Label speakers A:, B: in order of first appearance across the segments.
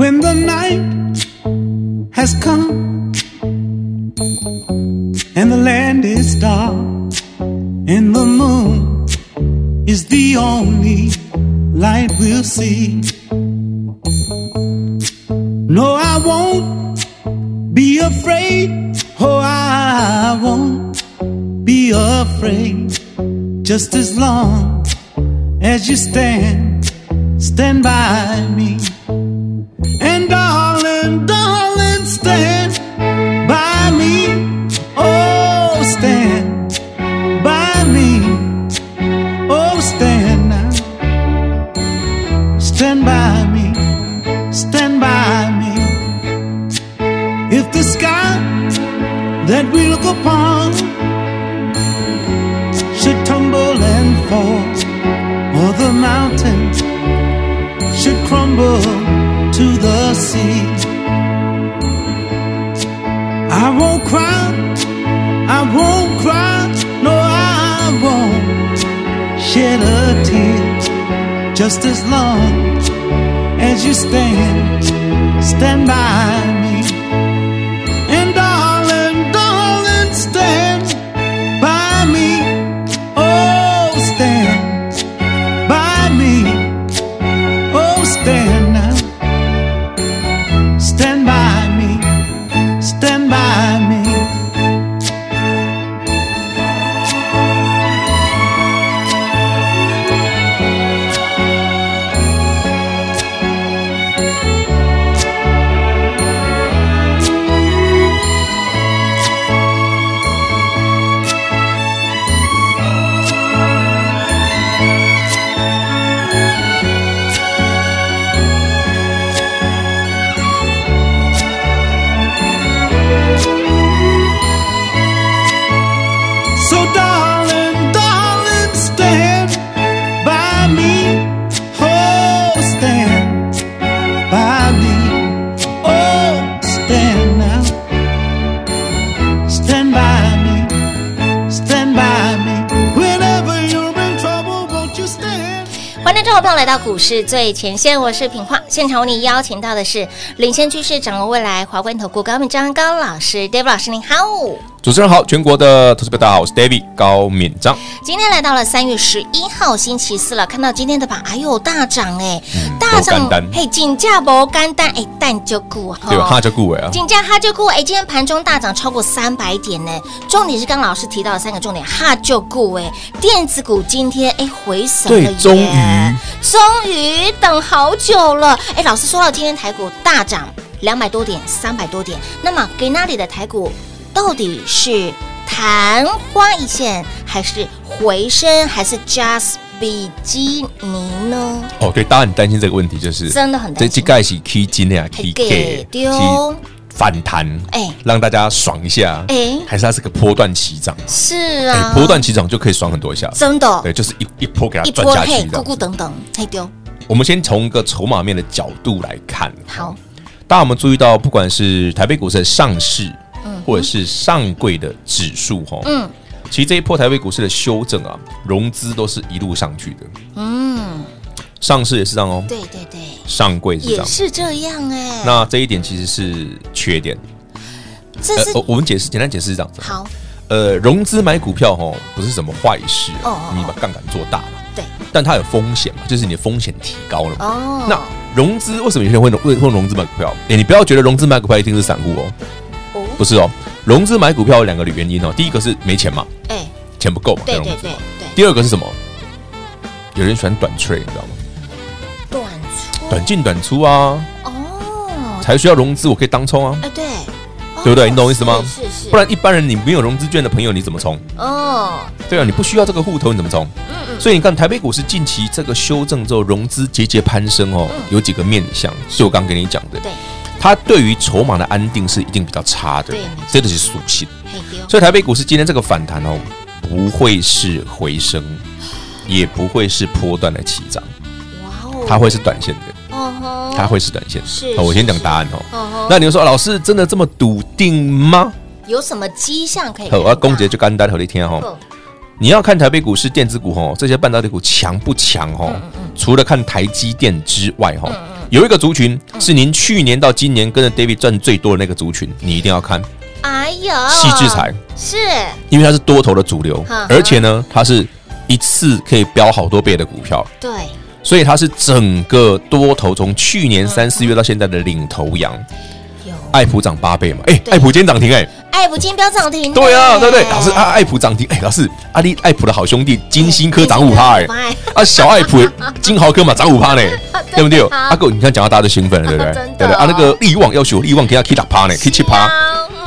A: When the night has come and the land is dark and the moon is the only light we'll see. No, I won't be afraid. Oh, I won't be afraid. Just as long as you stand, stand by me. And darling, darling, stand by me. Oh, stand by me. Oh, stand now. Stand by me. Stand by me. If the sky that we look upon should tumble and fall, or the mountains should crumble to the sea. I won't cry, I won't cry, no, I won't shed a tear. Just as long as you stand, stand by me. And darling, darling, stand by me. Oh, stand by me. Oh, stand now. Stand by me. Stand by me. So, darling, darling, stand by me. Oh, stand by me. Oh, stand now. Stand by me. Stand by me. Whenever you're in trouble, won't you stand?
B: 欢迎各位朋友来到股市最前线，我是品化。现场为你邀请到的是领先趋势、掌握未来华冠投顾高敏章高老师，David 老师您好。
C: 主持人好，全国的投资朋友大家好，我是 David 高敏章。
B: 今天来到了三月十一号星期四了，看到今天的吧，哎呦大涨哎、
C: 嗯
B: 大
C: 不
B: 涨
C: 简单
B: 嘿，金价不干单哎，蛋就固哈
C: 对吧？哈就顾伟啊，
B: 金价哈就固哎，今天盘中大涨超过三百点呢。重点是刚老师提到的三个重点，哈就固哎，电子股今天哎回神了耶
C: 对终于
B: 终于等好久了哎。老师说到今天台股大涨两百多点、三百多点，那么给那里的台股到底是昙花一现，还是回升，还是 just 比基尼呢？
C: 哦，对，大家很担心这个问题，就是
B: 真的很担
C: 这
B: 心
C: 这盖是 K 金啊，K
B: 给
C: K
B: 丢
C: 反弹，
B: 哎
C: 让大家爽一下，
B: 哎
C: 还是它是个波段起涨，
B: 是
C: 哎
B: 啊，
C: 波段起涨就可以爽很多一下，
B: 真的
C: 对，就是一一波给它
B: 一
C: 赚
B: 波
C: 下去
B: 嘿，
C: 这
B: 咕
C: 样
B: 咕
C: 子。
B: 等等，嘿丢，
C: 我们先从一个筹码面的角度来看，
B: 好，
C: 大家有没有注意到，不管是台北股市的上市，或者是上柜的指数，哈，
B: 嗯
C: 其实这一波台北股市的修正啊，融资都是一路上去的，
B: 嗯，
C: 上市也是这样哦，
B: 对对对，
C: 上柜是这
B: 也
C: 样。
B: 是这样哎，
C: 那这一点其实是缺点。呃
B: 这是
C: 我我们解释简单解释是这样子，
B: 好，
C: 呃，融资买股票哦，不是什么坏事
B: 哦
C: 啊
B: 哦，
C: 你把杠杆做大了，
B: 对
C: 但它有风险嘛，就是你的风险提高了嘛。
B: 哦，
C: 那融资为什么有些人会融会会融资买股票？哎，你不要觉得融资买股票一定是散户哦，
B: 哦，
C: 不是哦，融资买股票有两个原因哦，第一个是没钱嘛，
B: 哎，
C: 钱不够嘛，
B: 对
C: 融
B: 对
C: 资
B: 对
C: 嘛
B: 对，
C: 第二个是什么？有人喜欢短 trade，你知道吗？
B: 短粗
C: 短进短出啊，
B: 哦，
C: 才需要融资，我可以当冲啊。
B: 哎对，哦
C: 对不对？你懂我意思吗？
B: 是是是
C: 不然一般人你没有融资券的朋友，你怎么冲？
B: 哦，
C: 对啊，你不需要这个户头，你怎么冲？
B: 嗯
C: 所以你看台北股市近期这个修正之后，融资节节攀升哦，有几个面向是我刚跟你讲的，
B: 嗯对，
C: 它对于筹码的安定是一定比较差的
B: 对没错，
C: 这就是属性。
B: 嘿丢，
C: 所以台北股市今天这个反弹哦，不会是回升，也不会是波段的起涨，
B: 哇哦，
C: 它会是短线的，
B: 哦吼，
C: 它会是短线。
B: 是
C: 好我先
B: 是
C: 讲
B: 是
C: 答案哦。
B: 哦吼，
C: 那你就说老师真的这么笃定吗？
B: 有什么迹象可以看
C: 好，
B: 到？
C: 我要公姐就干单头一天哦。
B: 哦
C: 你要看台北股市电子股哦，这些半导体股强不强哦？
B: 嗯
C: 除了看台积电之外哦，有一个族群是您去年到今年跟着 David 赚最多的那个族群，你一定要看
B: 哎呦，
C: 细制裁，
B: 是
C: 因为它是多头的主流
B: 嗯，
C: 而且呢，它是一次可以飙好多倍的股票，
B: 对，
C: 所以它是整个多头从去年三四月到现在的领头羊。
B: 有
C: 爱普涨八倍嘛？哎，
B: 对
C: 爱普今天涨停哎，
B: 爱普金标涨停，哎
C: 对啊，对不对？老师啊，爱普涨停，哎，老师阿里爱普的好兄弟金星科涨五趴哎，
B: 哎，
C: 啊，小爱 普金豪科嘛涨五趴呢，对不对？
B: 啊
C: 阿狗，你看讲到大家都兴奋了，对不 对
B: 真的？
C: 对不对？啊，那个力旺要求力旺给他 K 打趴呢，K 七趴。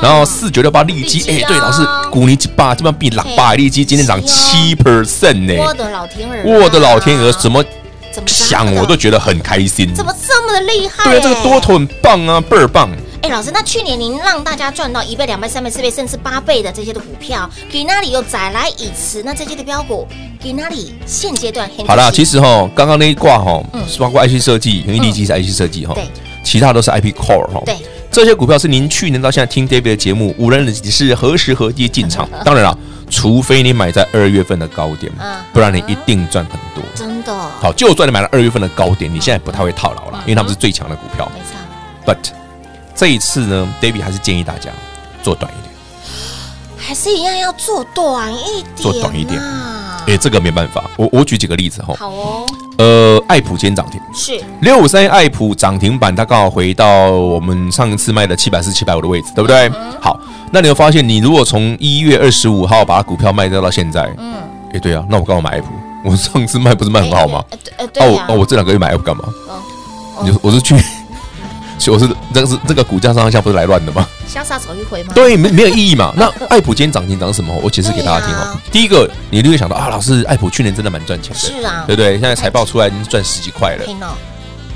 C: 然后四九六八利基
B: 利，基
C: 哎、
B: 嗯啊
C: 对，老师，古尼几巴这边比喇叭利基今天涨七 percent
B: 我
C: 呢，
B: 的老天儿啊，
C: 我的老天鹅，怎么
B: 怎么这
C: 想
B: 么的
C: 我都觉得很开心。
B: 怎么这么的厉害？
C: 对啊，这个多。头很棒啊，倍儿棒。
B: 哎，老师，那去年您让大家赚到一倍、两倍、三倍、四倍，甚至八倍的这些的股票，给那里又再来一次？那这些的标股，给那里现阶段很
C: 好啦，其
B: 实
C: 实哈，刚刚那一挂哈
B: 嗯，
C: 是包括 IC 设计，因为利基是 IC 设计哈
B: 对，
C: 其他都是 IP Core 哈。
B: 对，
C: 这些股票是您去年到现在听 David 的节目，无论你是何时何地 进场，当然啦，除非你买在二月份的高点
B: 嗯哼，
C: 不然你一定赚很多。
B: 真的
C: 好，就算你买了二月份的高点，你现在不太会套牢了，因为他们是最强的股票。
B: 没错，
C: But 这一次呢，David 还是建议大家做短一点。
B: 还是一样要做短一点、啊，哎
C: 做短一点诶，这个没办法，我我举几个例子哈。
B: 好哦，
C: 呃，爱普今天涨停，
B: 是
C: 六五三爱普涨停板，它刚好回到我们上一次卖的七百四、七百五的位置，对不对？好，那你会发现，你如果从一月二十五号把股票卖掉到现在，嗯，哎，对啊，那我刚好买爱普，我上次卖不是卖很好吗？
B: 哎？呃，对
C: 哦，
B: 呀、
C: 我哦，我这两个月买 app 干嘛
B: 哦？
C: 你说我是去， 所以我是这个是这个股价上下不是来乱的吗？
B: 潇洒走一回吗？
C: 对，没没有意义嘛。 那爱普今天涨停涨什么？我解释给大家听
B: 对
C: 哦
B: 啊。
C: 第一个，你就会想到啊，老师，爱普去年真的蛮赚钱的，
B: 是啊
C: 对不对？现在财报出来已经赚十几块了，
B: 嘿喏，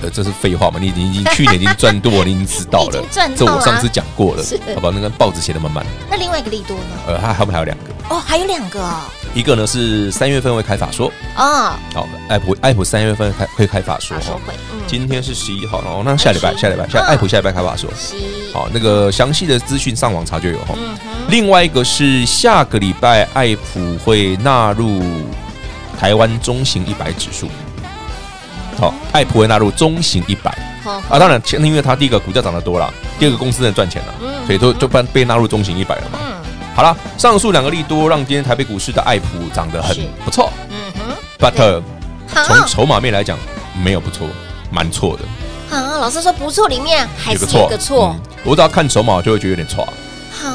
C: 呃，这是废话嘛？你已经已经去年已经赚多了，你已经知道
B: 你已
C: 了
B: 经赚，
C: 这
B: 到了啊
C: 我上次讲过了
B: 是，
C: 好吧？那个报纸写的满满，
B: 那另外一个利多呢？
C: 呃，还他们还有两个，
B: 哦，还有两个哦，
C: 一个呢是三月份会开法说，
B: 哦，
C: 好，爱普爱普三月份开会开法说
B: 法收
C: 哦。
B: 回，嗯，
C: 今天是十一号，然哦后那下礼拜下礼拜下
B: 嗯
C: 爱普下礼拜开法说，
B: 西，
C: 好，那个详细的资讯上网查就有哈。
B: 嗯哼，
C: 另外一个是下个礼拜爱普会纳入台湾中型一百指数，好，爱普会纳入中型一百
B: 好，
C: 啊，当然，前因为它第一个股价涨得多了，第二个公司能赚钱了，
B: 嗯
C: 所以都就被被纳入中型一百了嘛。
B: 嗯
C: 好了，上述两个利多让今天台北股市的爱普涨得很
B: 是
C: 不错
B: 嗯哼，
C: ，but 呃从
B: 好，
C: 筹码面来讲没有不错，蛮错的，
B: 好，老师说不错，里面还
C: 有
B: 是
C: 个
B: 有
C: 错，
B: 个错，
C: 嗯我只要看筹码我就会觉得有点错，
B: 好。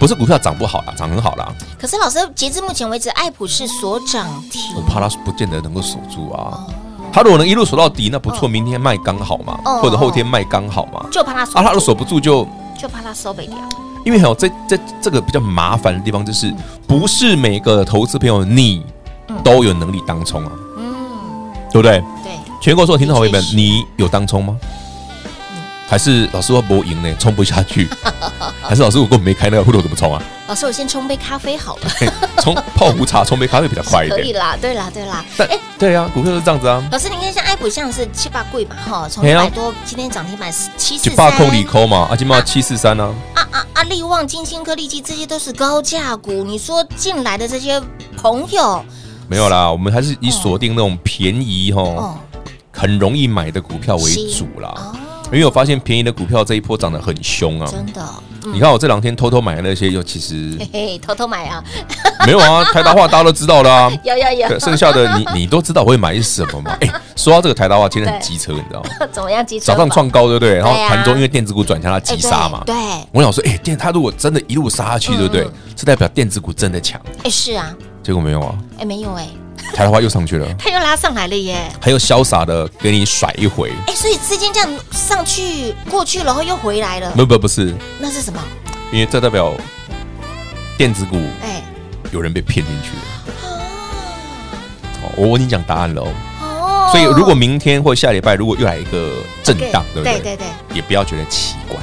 C: 不是股票涨不好啦，涨很好啦，
B: 可是老师，截至目前为止，爱普是所涨停
C: 我怕它不见得能够守住啊。它如果能一路守到底，那不错，明天卖刚好嘛
B: 哦，
C: 或者后天卖刚好嘛。
B: 就怕它收
C: 啊，它如果守不住就，
B: 就怕它收北掉。
C: 因为还有这这这个比较麻烦的地方，就是不是每个投资朋友你都有能力当冲啊，
B: 嗯，
C: 对不对？
B: 对，
C: 全国所有听众朋友们
B: 的确，是
C: 你有当冲吗？还是老师我博赢呢，冲不 下去？还是老师我根本没开那个户头怎么冲啊？
B: 老师，我先冲杯咖啡好了，
C: 嘿冲泡壶茶、冲杯咖啡比较 快一
B: 可以哎
C: 点。
B: 啦，对啦，对啦。
C: 但对啊，股票是这样子啊，
B: 老师，您看像爱普像是七八贵嘛，哈，从
C: 嘿
B: 一
C: 啊
B: 百多，今天涨停板七
C: 一
B: 四
C: 百空里扣嘛，啊，今嘛七四三啊。
B: 啊啊啊！力旺、金星科、利基这些都是高价股，你说进来的这些朋友，
C: 没有啦，我们还是以锁定那种便宜
B: 哦
C: 吼，很容易买的股票为主啦。
B: 哦，
C: 因为我发现便宜的股票这一波涨得很凶啊！
B: 真的，哦嗯
C: 你看我这两天偷偷买的那些，又其实
B: 嘿嘿，偷偷买啊，
C: 没有啊，台达化大家都知道 啦、
B: 有有有
C: 对，剩下的你你都知道我会买什么 嘛？哎、说到这个台达化，今天很机车，你知道吗？
B: 怎么样？机车
C: 早上
B: 吧
C: 创高，对不对？然后
B: 对啊
C: 盘中因为电子股转强，它急杀嘛
B: 哎。对对，
C: 我想说，哎、电它如果真的一路杀下去，对不对
B: 嗯？
C: 这代表电子股真的强，
B: 哎是啊，
C: 结果没有啊，
B: 哎没有哎，
C: 台达化又上去了，
B: 它又拉上来了耶！
C: 还有潇洒的给你甩一回，
B: 哎，所以之间这样上去过去，然后又回来了，
C: 不不不是，
B: 那是什么？
C: 因为这代表电子股
B: 哎，
C: 有人被骗进去
B: 啊
C: 了。哦我我已经讲答案了哦，
B: 哦
C: 所以如果明天或下礼拜如果又来一个震荡，对不
B: 对
C: 对？
B: 对对，
C: 也不要觉得奇怪。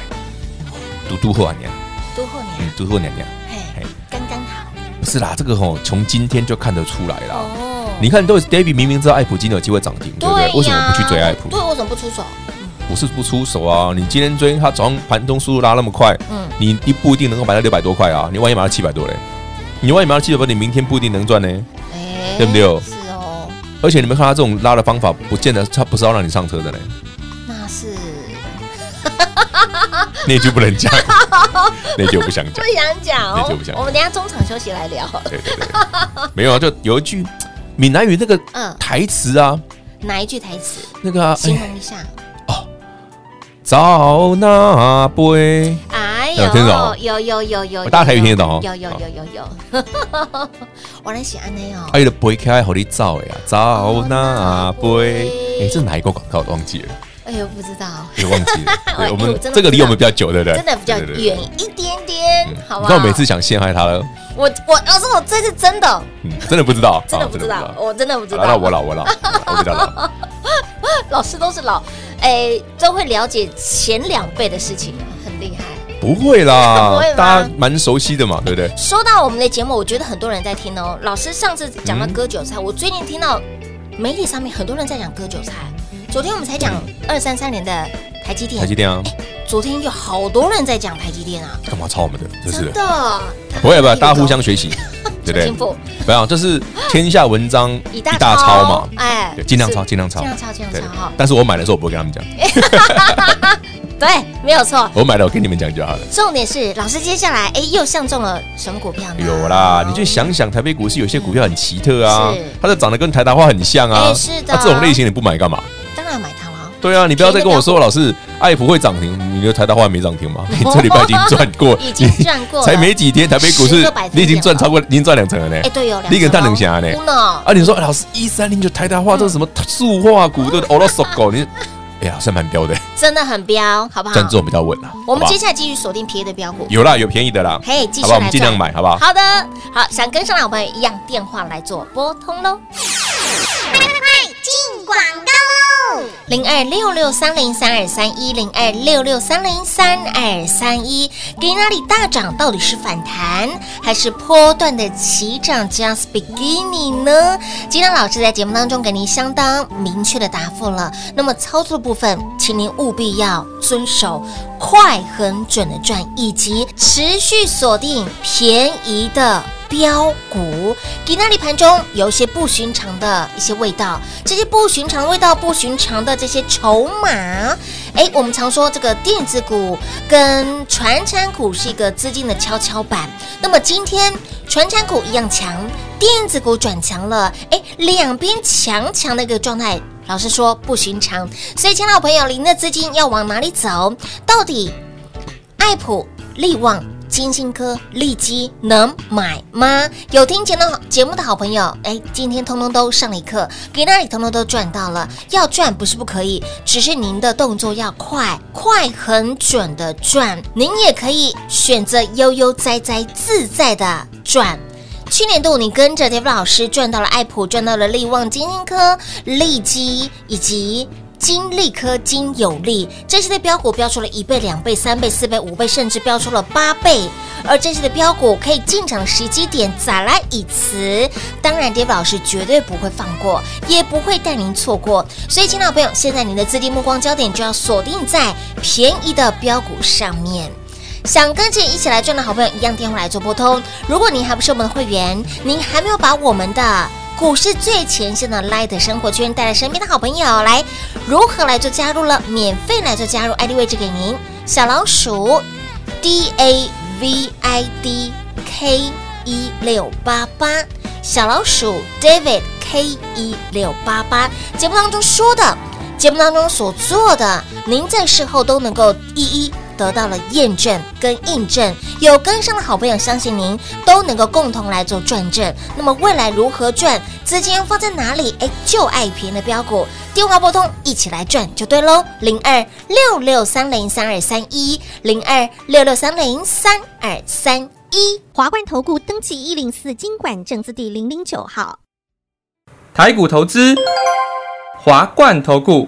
C: 嘟嘟后娘，
B: 都后年
C: 嗯，，嘟嘟后娘娘，
B: 哎
C: 嘿，
B: 刚刚好
C: 不是啦，这个吼从今天就看得出来啦。
B: 哦。
C: 你看，都是 David 明明知道爱普今天有机会涨停，对不对？
B: 呀
C: 为什么不去追爱普？
B: 对，为什么不出手？
C: 不是不出手啊！你今天追它，早上盘中速度拉那么快，
B: 嗯
C: 你你不一定能够买到六百多块啊！你万一买到七百多嘞，你万一买到七百多，你明天不一定能赚呢。
B: 哎
C: 对不对
B: 是哦，
C: 而且你们看他这种拉的方法，不见得他不是要让你上车的嘞，
B: 那是
C: 那就不能讲，那就不想讲
B: 不。想讲
C: 那就不想讲
B: 我们等一下中场休息来聊。
C: 对对对，没有啊，就有一句闽南语那个
B: 嗯
C: 台词啊，
B: 哪一句台词？
C: 那个啊，
B: 形容一下。
C: 早那杯，啊
B: 哎
C: 有听得
B: 呦，
C: 懂
B: 有有有有，
C: 大家台语
B: 有
C: 听得懂哦
B: 有有有有有， 我来喜安内哦。
C: 哎的杯开好你造呀，早那杯，哎，这是哪一个广告？我忘记了，
B: 哎呦，不知道，
C: 也忘记 了。
B: 哎
C: 对，我
B: 我
C: 们
B: 真的
C: 这个
B: 不知
C: 离
B: 道
C: 我们比较久，对不对？
B: 真的比较
C: 对对对嗯
B: 远一点点，好啊
C: 你
B: 吧？
C: 知道我每次想陷害他了，
B: 我我老师，我这是真的，
C: 嗯，真的不知道，
B: 真的
C: 啊
B: 不知道，。我真的不知
C: 好
B: 道。
C: 了，啊我老我老，我比较老，
B: 老师都是老，哎，都会了解前两辈的事情，很厉害。
C: 不会啦
B: 不会吗，嗯
C: 大家蛮熟悉的嘛，对不对？
B: 说到我们的节目，我觉得很多人在听哦。老师上次讲到割韭菜，
C: 嗯
B: 我最近听到媒体上面很多人在讲割韭菜。昨天我们才讲二三三年的台积电，
C: 台积电啊，
B: 昨天有好多人在讲台积电啊，
C: 干嘛抄我们的？真是
B: 真
C: 的，
B: 的。
C: 不会不会，大家互相 学习，对不
B: 求
C: 对
B: 进？步，
C: 没有，这是天下文章
B: 以大
C: 抄嘛，
B: 哎
C: 对，尽量抄，
B: 是
C: 尽量抄，
B: 尽量抄，尽
C: 对
B: 量抄哈。
C: 但是我买的时候我不会跟他们讲，
B: 对，没有错。
C: 我买了我跟你们讲就好了。
B: 重点是老师接下来哎又相中了什么股票呢？
C: 有啦，你就想想，台北股市有些股票很奇特啊
B: 哦是，
C: 它的长得跟台达化很像啊
B: 哎，是的
C: 那这种类型你不买干嘛？
B: 当然要买它 了。，
C: 对啊，你不要再跟我说老师爱普会涨停，你的台达化没涨停吗？你这礼拜已经赚过
B: 哦 已经赚过了
C: 你才没几天，台北股
B: 10
C: 市
B: 个百分点
C: 你已经赚超过，已经赚两成了呢
B: 哎，。对哦，
C: 你给大冷侠呢
B: 真的哦，
C: 啊，你说哎老师一三零就台达化，这是什么塑化股对不对？哦，老手狗，你哎呀，算蛮标的，
B: 真的很标，好不好？
C: 赚这种比较稳啊。
B: 啊我
C: 好
B: 们
C: 吧
B: 接下来继续锁定 PA 的标股。
C: 有啦，有便宜的啦，
B: 嘿，继续
C: 好吧，
B: 来
C: 我们尽
B: 赚
C: 量买，好不好？
B: 好的，好，想跟上来，我们一样电话来做拨通喽。零二六六三零三二三一零二六六三零三二三一，给哪里大涨？到底是反弹还是波段的起涨？Just beginning 呢？金娜老师在节目当中给您相当明确的答复了。那么操作部分，请您务必要遵守快、很准的赚，以及持续锁定便宜的标股。给那里盘中有一些不寻常的一些味道，这些不寻常味道、不寻常的这些筹码，哎，我们常说这个电子股跟传产股是一个资金的跷跷板。那么今天传产股一样强，电子股转强了，哎，两边强强的一个状态。老实说不寻常，所以，亲爱的朋友，您的资金要往哪里走？到底爱普、利旺、金星科、利基能买吗？有听前的节目的好朋友，哎，今天通通都上了一课，给那里通通都赚到了。要赚不是不可以，只是您的动作要快，快很准的赚。您也可以选择悠悠哉哉自在的赚。去年度你跟着 David 老师赚到了爱普，赚到了利旺、金星科、利基以及。金利科、金有利这些的标股标出了一倍、两倍、三倍、四倍、五倍，甚至标出了八倍。而这些的标股可以进场的时机点再来一次，当然 David 老师绝对不会放过，也不会带您错过。所以，亲爱的朋友，现在您的资金目光焦点就要锁定在便宜的标股上面。想跟着一起来赚的好朋友，一样电话来做拨通。如果您还不是我们的会员，您还没有把我们的股市最前线的 Light 生活圈带来身边的好朋友，来如何来做加入了？免费来做加入，ID 位置给您，小老鼠 D A V I D K 一六八八，小老鼠 David K 一六八八。节目当中说的，节目当中所做的，您在事后都能够一一得到了验证跟印证。有跟上的好朋友，相信您都能够共同来做转正。那么未来如何赚，资金放在哪里？哎，就爱便宜的标股，电话拨通，一起来赚就对喽。零二六六三零三二三一，零二六六三零三二三一。
D: 华冠投顾登记一零四经管证字第零零九号。
E: 台股投资，华冠投顾，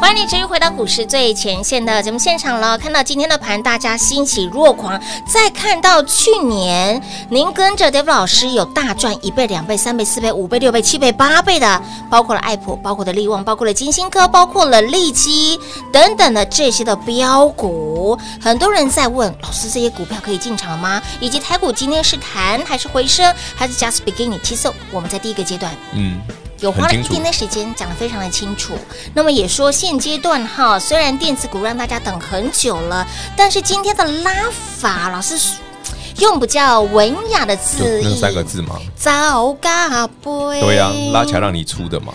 B: 欢迎你持续回到股市最前线的节目现场了。看到今天的盘，大家欣喜若狂。再看到去年，您跟着 Dave 老师有大赚一倍、两倍、三倍、四倍、五倍、六倍、七倍、八倍的，包括了爱普，包括了利旺，包括了金星科，包括了利基等等的这些的标股。很多人在问老师，这些股票可以进场吗？以及台股今天是弹还是回升，还是 just beginning？其实我们在第一个阶段
C: 嗯，
B: 有花了
C: 很
B: 一
C: 清楚
B: 定的时间，讲得非常的清楚。那么也说现阶段哈，虽然电子股让大家等很久了，但是今天的拉法，老师用比较文雅的
C: 就
B: 字
C: 那
B: 义，
C: 三个字嘛，
B: 糟啊嘎杯。
C: 对呀、拉起来，让你出的嘛。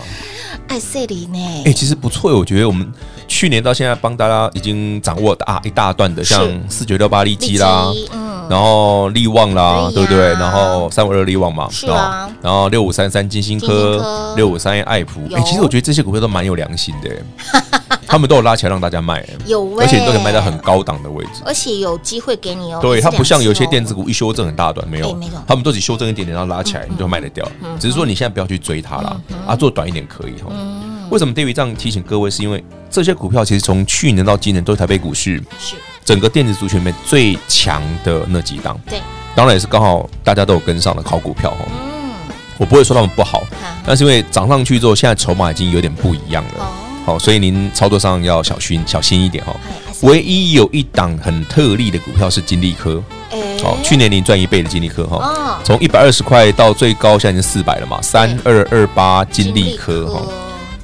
B: 爱塞里呢
C: 哎、？其实不错，我觉得我们去年到现在帮大家已经掌握大一大段的，像四九六八利基啦，
B: 立即嗯，
C: 然后利旺啦，
B: 对
C: 对
B: 呀
C: 不对？然后三五二利旺嘛，
B: 是
C: 然后
B: 啊
C: 然后六五三三金星
B: 金星
C: 科
B: 科，
C: 六五三一爱普，
B: 有
C: 哎，其实我觉得这些股票都蛮有良心的，哎 他们都有拉起来让大家卖，哎
B: 有欸
C: 而且都可以卖到很高档的位置。
B: 而且有机会给你哦。
C: 对，
B: 一次
C: 它不像有些
B: 两
C: 电子
B: 次哦
C: 股一修正很大段，没
B: 哎
C: 有
B: 没有，嗯
C: 他们都只修正一点点，然后拉起来，你就卖得掉。只是说你现在不要去追它啦，啊，做短一点可以哈。
B: 嗯
C: 为什么 David 这样提醒各位？是因为这些股票其实从去年到今年都是台北股市
B: 是
C: 整个电子族群里面最强的那几档。
B: 对，
C: 当然也是刚好大家都有跟上的好股票哦。
B: 嗯，
C: 我不会说他们不好，
B: 好
C: 但是因为涨上去之后，现在筹码已经有点不一样了。
B: 哦，
C: 好，所以您操作上要小心小心一点哦。
B: 哎爱塞里
C: 唯一有一档很特例的股票是金利科，
B: 哎
C: 好，去年你赚一倍的金利科哈，
B: 哦，
C: 从一百二十块到最高现在已经四百了嘛，三二二八金利科哈。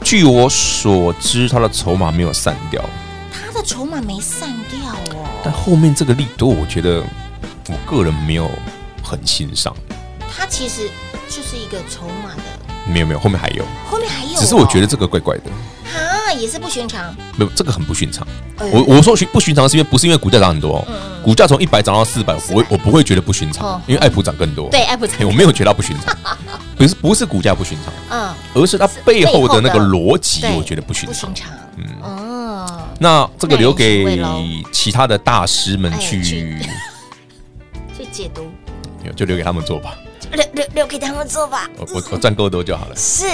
C: 据我所知，它的筹码没有散掉，
B: 他的筹码没散掉哦，
C: 但后面这个利多，我觉得我个人没有很欣赏。
B: 他其实就是一个筹码的，
C: 没有没有，后面还有，
B: 后面还有哦、
C: 只是我觉得这个怪怪的，
B: 哈也是不寻常，
C: 没有这个很不寻常。
B: 哎
C: 我我说寻不寻常是因为不是因为股价涨很多哦，股价从一百涨到四百，我我不会觉得不寻常
B: 哦，
C: 因为爱普涨更多。
B: 对，哎不是
C: 哎， 我没有觉得它不寻 常，不是不是股价不寻常，
B: 嗯，
C: 而是它背后的那
B: 背
C: 个
B: 后的
C: 逻辑
B: 对，
C: 我觉得不寻
B: 不
C: 常
B: 寻。常，嗯，哦，
C: 那这个留
B: 那也
C: 给
B: 是为喽
C: 其他的大师们去
B: 哎，去去解读，哎
C: 就留给他们做吧。
B: 留留留给他们做吧，
C: 我我我赚够多就好了。
B: 是，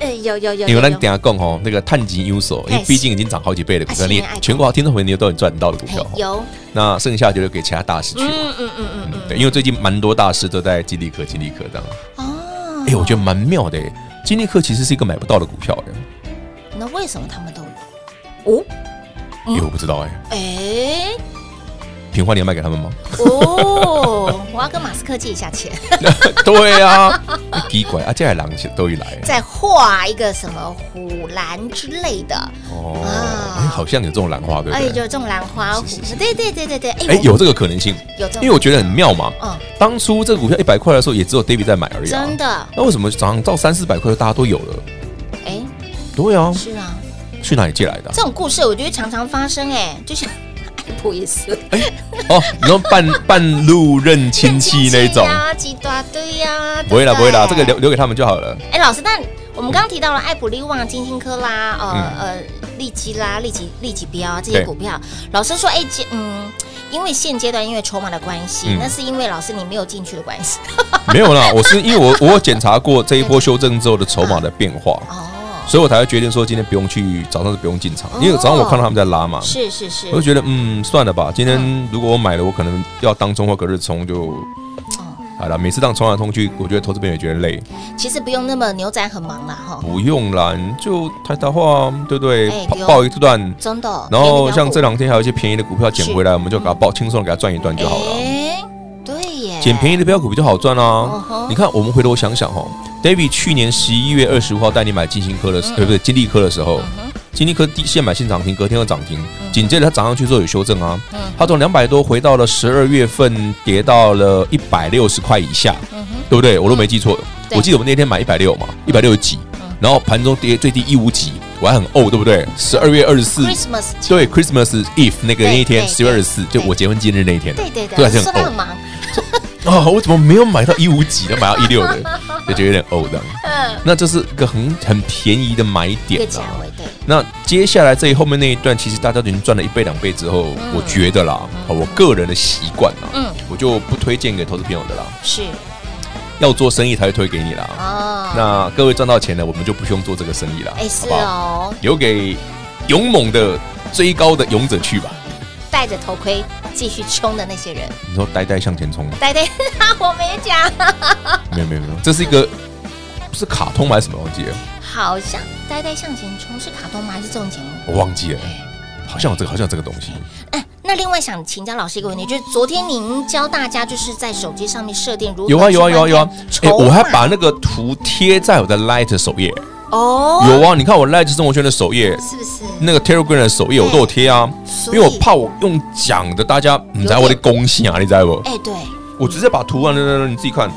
B: 哎有有有，
C: 因为咱
B: 有
C: 等一下讲哦，那个碳基优所，因为
B: 哎
C: 毕竟已经涨好几倍的股
B: 啊
C: 票，
B: 是
C: 你
B: 啊哎
C: 全国听众朋友你都有赚到的股
B: 哎
C: 票哦。
B: 有，
C: 那剩下就留给其他大师去吧。
B: 嗯嗯嗯嗯
C: 对，因为最近蛮多大师都在金利科、金利科这样。啊
B: 嗯，哦，
C: 哎，我觉得蛮妙的哎，金利科其实是一个买不到的股票哎，
B: 那为什么他们都有？哦，
C: 哎我不知道哎，
B: 哎，
C: 平花你要卖给他们吗？
B: 哦， 我要跟马斯克借一下钱，
C: 对啊，你奇怪啊，这些狼都一来
B: 再画一个什么虎兰之类的，
C: 哦
B: 啊，
C: 哎好像有这种兰花，对
B: 哎，
C: 不
B: 就
C: 对？
B: 这种兰花虎，对对对对对，
C: 哎，
B: 我
C: 有这个可能性，
B: 有这种，
C: 因为我觉得很妙嘛。
B: 嗯，
C: 当初这个股票一百块的时候，也只有 David 在买而已啊。
B: 真的，
C: 那为什么涨到三四百块，大家都有了？
B: 哎，
C: 对啊，
B: 是啊，
C: 去哪里借来的啊？
B: 这种故事我觉得常常发生，哎，就是爱普也是
C: 哦，你说 半半路认亲戚那种，
B: 啊，几大堆呀，
C: 不会啦，
B: 对啊
C: 不会啦，这个留留给他们就好 了。
B: 哎，老师，那我们刚刚提到了艾普利旺、金星科啦，呃、呃，利基啦、利基利基标啊这些
C: 嗯对
B: 股票，老师说，哎，这嗯，因为现阶段因为筹码的关系，
C: 嗯
B: 那是因为老师你没有进去的关系。
C: 没有啦，我是因为我我有检查过这一波修正之后的筹码的变化，
B: 哦，
C: 所以我才会决定说今天不用去早上是不用进场，因为早上我看到他们在拉嘛，
B: 是是是
C: 我，就觉得嗯算了吧，今天如果我买了，我可能要当中或隔日冲就
B: 嗯
C: 好了。每次当冲来冲去，我觉得投资朋友也觉得累，
B: 其实不用那么牛仔很忙啦，哈，
C: 不用啦，你就台达化对不对
B: 哦哎？
C: 报
B: 对哦
C: 报一段，
B: 真的。
C: 然后
B: 便
C: 像
B: 宜
C: 这
B: 的
C: 两天还有一些便宜的股票捡回来，我们就给它报轻松地给它赚一段就
B: 标
C: 好
B: 股，
C: 了。
B: 哎，对耶，
C: 捡便宜的标股比较好赚
B: 嗯
C: 啊
B: 哼。
C: 你看，我们回头想想哦，David 去年十一月二十五号带你买金星科
B: 嗯
C: 的时，呃，不是金利科的时候，金利科第现买现涨停，隔天又涨停，
B: 嗯
C: 紧接着它涨上去之后有修正啊，它从两百多回到了十二月份跌到了一百六十块以下，
B: 嗯
C: 对不对？我都没记错，
B: 对
C: 我记得我那天买一百六
B: 嗯
C: 嘛，一百六十几，然后盘中跌最低一五几，我还很怄，对不对？十二月二十四。
B: Christmas，
C: 对，Christmas Eve 那个
B: 对
C: 那一天，
B: 对
C: 十月二十四，就
B: 对
C: 我结婚纪念那一天，
B: 对对对，
C: 对，
B: 老
C: 还是
B: 师说
C: 很
B: 他
C: 怄
B: 很。忙，
C: 啊，我怎么没有买到一五几的，买到一六的， 就觉得有点呕这样。那这是一个很很便宜的买
B: 嗯一
C: 点
B: 个价
C: 啊。
B: 位，对，
C: 那接下来这一后面那一段，其实大家都已经赚了一倍两倍之后，我觉得啦，啊我个人的习惯啊，
B: 嗯
C: 我就不推荐给投资朋友的啦。
B: 是
C: 要做生意才会推给你啦。
B: 哦，
C: 那各位赚到钱了，我们就不用做这个生意啦，
B: 哎是
C: 好不好？
B: 哦，
C: 留给勇猛的追高的勇者去吧。
B: 戴着头盔继续冲的那些人。
C: 你说呆呆向前冲吗？
B: 呆 呆，我没讲，
C: 没有没有没有，这是一个是卡通吗还是什么忘记了？
B: 好像呆呆向前冲是卡通吗？还是综艺节目？
C: 我忘记了，好像有这个，好像有这个东西。
B: 哎，那另外想请教老师一个问题，就是昨天您教大家就是在手机上面设定如何
C: 有啊有啊
B: 去
C: 有啊有啊
B: 判断！
C: 哎、
B: 筹码
C: 我还把那个图贴在我的 Light 首页。
B: 哦，
C: 有啊，你看我 Light 生活圈的首页，
B: 是不是？
C: 那个 Telegram 的首页我都有贴啊，因
B: 所以
C: 为我怕我用讲的大家你知道我的公信啊，你知道不？
B: 哎，对，
C: 我直接把图啊案，来来来你自己看。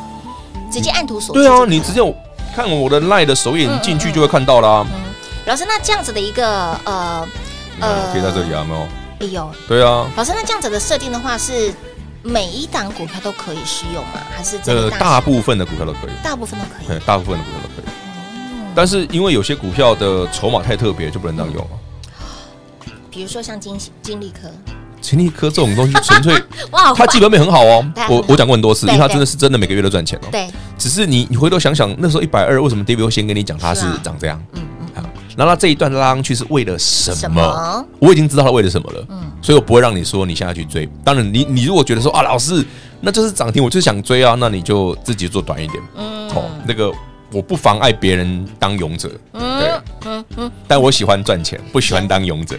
B: 直接按图索骥
C: 对
B: 就
C: 啊，
B: 可以
C: 你
B: 了
C: 直接我嗯看我的 Light 的首页，你进去就会看到啦。
B: 老师，那这样子的一个呃
C: 嗯贴在这里啊，有没有？
B: 哎呦，
C: 对啊，
B: 老师，那这样子的设定的话是每一档股票都可以使用吗？还是这
C: 呃
B: 个，
C: 大部分的股票都可以。
B: 大部分都可以？
C: 嗯，大部分的股票都可以。但是因为有些股票的筹码太特别，就不能这样用啊。
B: 比如说像金金利科，
C: 前一科这种东西纯粹，
B: 哇， 好
C: 它基本面很好哦
B: 对。
C: 我我讲过很多次，因
B: 对
C: 为它
B: 对
C: 真的是真的每个月都赚钱哦。
B: 对，
C: 只是你你回头想想，那时候一百二，为什么 David 会先跟你讲它是
B: 是啊
C: 长这样？
B: 嗯嗯，
C: 好然后它这一段拉上去是为了什
B: 什
C: 么
B: 么？嗯
C: 我已经知道它为了什么了，所以我不会让你说你现在去追。当然，你你如果觉得说啊，老师，那就是涨停，我就想追啊，那你就自己做短一点。
B: 嗯
C: 哦，那个我不妨碍别人当勇者，哦对，
B: 嗯嗯。
C: 但我喜欢赚钱，不喜欢当勇者。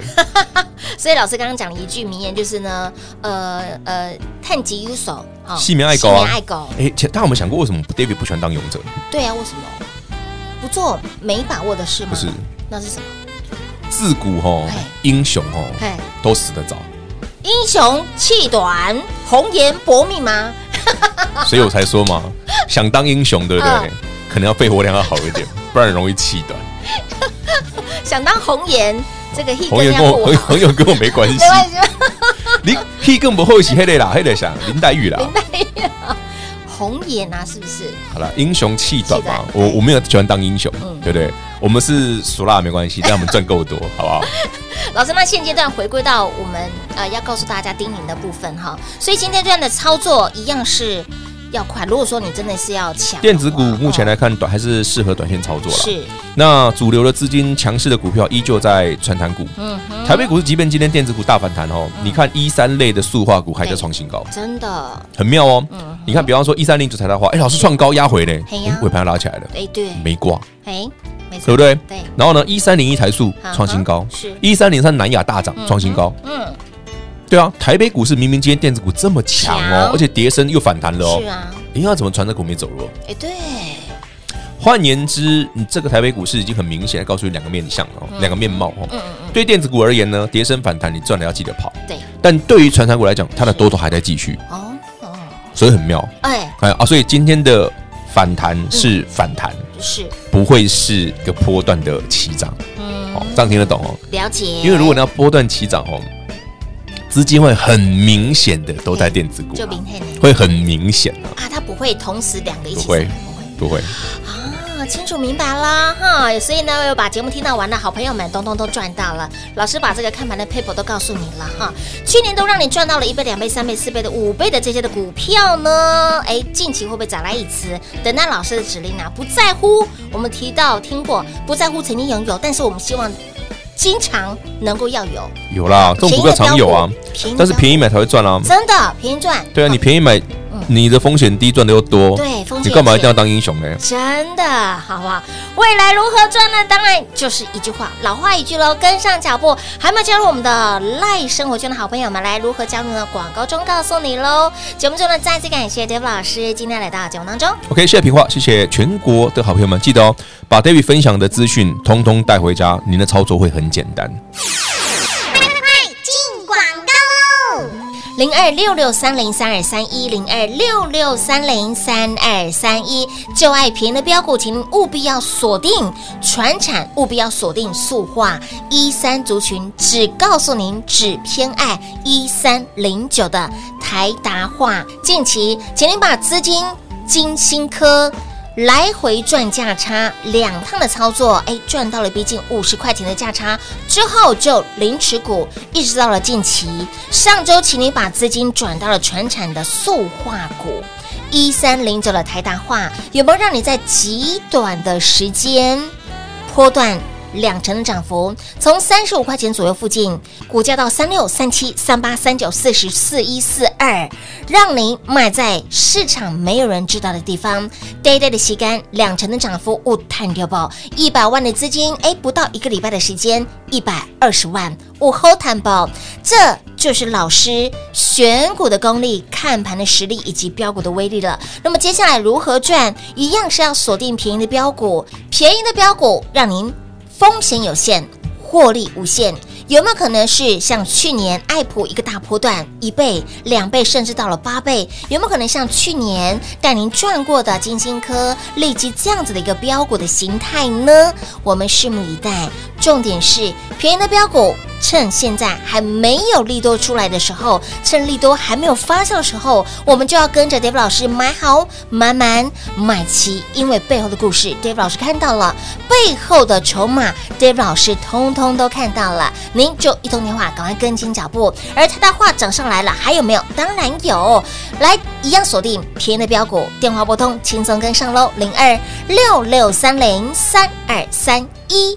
B: 所以老师刚刚讲了一句名言，就是呢，呃呃，探及有手，哦
C: 戏名爱狗啊
B: 戏名爱狗，
C: 哎，前但我们想过，为什么 David 不喜欢当勇者？
B: 对啊，为什么不做没把握的事吗？
C: 不是，
B: 那是什么？
C: 自古吼
B: 哎
C: 英雄哦吼
B: 哎，
C: 都死得早，
B: 英雄气短，红颜薄命吗？
C: 所以我才说嘛， 想当英雄，对不对
B: 嗯？
C: 可能要肺活量要好一 点，不然容易气短。
B: 想当红颜，这个 he
C: 朋友
B: 更
C: 跟
B: 要
C: 我
B: 护
C: 朋友
B: 好，
C: 朋友跟我没关系
B: 没，关系吧，
C: 你屁更不后喜黑的啦，黑的想林 黛玉啦。
B: 红颜啊，是不是？
C: 好了，英雄气短嘛
B: 气，短
C: 我我没有喜欢当英雄
B: 嗯，
C: 对不对？我们是俗辣没关系，但我们赚 够多，好不好？
B: 老师，那现阶段回归到我们呃要告诉大家叮咛的部分哈，所以今天这样的操作一样是要快。如果说你真的是要抢
C: 电子股目前
B: 呢
C: 来看，短还是适合短线操作啦。
B: 是
C: 那主流的资金强势的股票依旧在传产股，
B: 嗯哼，
C: 台北股市即便今天电子股大反弹哦，你看一三类的塑化股还在创新高，
B: 真的
C: 很妙哦。
B: 嗯
C: 你看，比方说一三零九台达化，哎，老师创高压回呢
B: 嘿呀，
C: 尾盘拉起来了，
B: 哎对
C: 没挂，
B: 哎，没错
C: 对不对？
B: 对，
C: 然后呢，一三零一台塑
B: 嗯哼
C: 创新高，
B: 是
C: 一三零三南亚大涨创新高，
B: 嗯，
C: 对对啊，台北股市明明今天电子股这么强哦
B: 强，
C: 而且跌升又反弹了哦
B: 是，啊，
C: 你要怎么传这股没走弱？
B: 哎，对，
C: 换言之，你这个台北股市已经很明显的告诉你两个面相哦，两个面貌哦。
B: 嗯嗯
C: 对电子股而言呢，跌升反弹你赚了要记得跑，
B: 嗯，对，
C: 但对于传产股来讲，它的多头还在继续，
B: 哦哦，
C: 所以很妙。
B: 哎，
C: 哎啊，所以今天的反弹
B: 嗯
C: 是反弹，
B: 是，
C: 不会是一个波段的起涨
B: 嗯，
C: 哦，这样听得懂哦。
B: 了解。
C: 因为如果你要波段起涨哦，资金会很明显的都在电子股
B: 就
C: 啊，
B: 明天呢
C: 会很明显啊，
B: 啊，它不会同时两个一起
C: 不会
B: 上不会
C: 不会。
B: 啊，清楚明白啦哈，所以呢，有把节目听到完的好朋友们，通通都赚到了。老师把这个看盘的 paper 都告诉你了哈，去年都让你赚到了一倍、两倍、三倍、四倍的、五倍的这些的股票呢，哎，近期会不会再来一次？等待老师的指令啊，不在乎我们提到听过，不在乎曾经拥有，但是我们希望经常能够要有，
C: 有啦，啊这种股票常有啊，
B: 便宜的标股便宜的
C: 但是便宜买才会赚啊。
B: 真的便宜赚。
C: 对啊，你便宜买，你的风险低，赚的又多，
B: 对嗯风险
C: 你干嘛
B: 低
C: 一定要啊当英雄呢？
B: 真的好不好？未来如何赚呢？当然就是一句话，老话一句喽，跟上脚步。还没有加入我们的赖生活圈的好朋友们，来如何加入呢？广告中告诉你喽。节目中呢，再次感谢 Dave 老师今天来到节目当中。
C: OK，谢谢平话，谢谢全国的好朋友们，记得哦，把 David 分享的资讯通通带回家，您的操作会很简单。
F: 进广告喽！
B: 零二六六三零三二三一零二六六三零三二三一，就爱便宜的标股，请您务必要锁定船产，务必要锁定塑化一三族群，只告诉您只偏爱一三零九的台达化。近期，请您把资金金星科。来回赚价差两趟的操作，哎，赚到了逼近五十块钱的价差之后，就零持股，一直到了近期。上周请你把资金转到了全产的塑化股。一三零九的台达化有没有让你在极短的时间波段两成的涨幅，从三十五块钱左右附近，股价到三六、三七、三八、三九、四十、四一、四二，让您买在市场没有人知道的地方。day day 的吸干两成的涨幅，五探掉爆一百万的资金，哎，不到一个礼拜的时间，一百二十万，五后探爆，这就是老师选股的功力、看盘的实力以及标股的威力了。那么接下来如何赚，一样是要锁定便宜的标股，便宜的标股让您风险有限，获利无限。有没有可能是像去年爱普一个大波段一倍、两倍，甚至到了八倍？有没有可能像去年带您赚过的金星科、利基这样子的一个标股的形态呢？我们拭目以待。重点是便宜的标股，趁现在还没有利多出来的时候，趁利多还没有发酵的时候，我们就要跟着 Dave 老师买好、买满、买齐，因为背后的故事，Dave 老师看到了，背后的筹码，Dave 老师通通都看到了。您就一通电话，赶快跟紧脚步。而他的话涨上来了，还有没有？当然有，来一样锁定便宜的标股，电话拨通，轻松跟上喽，零二六六三零三二三一。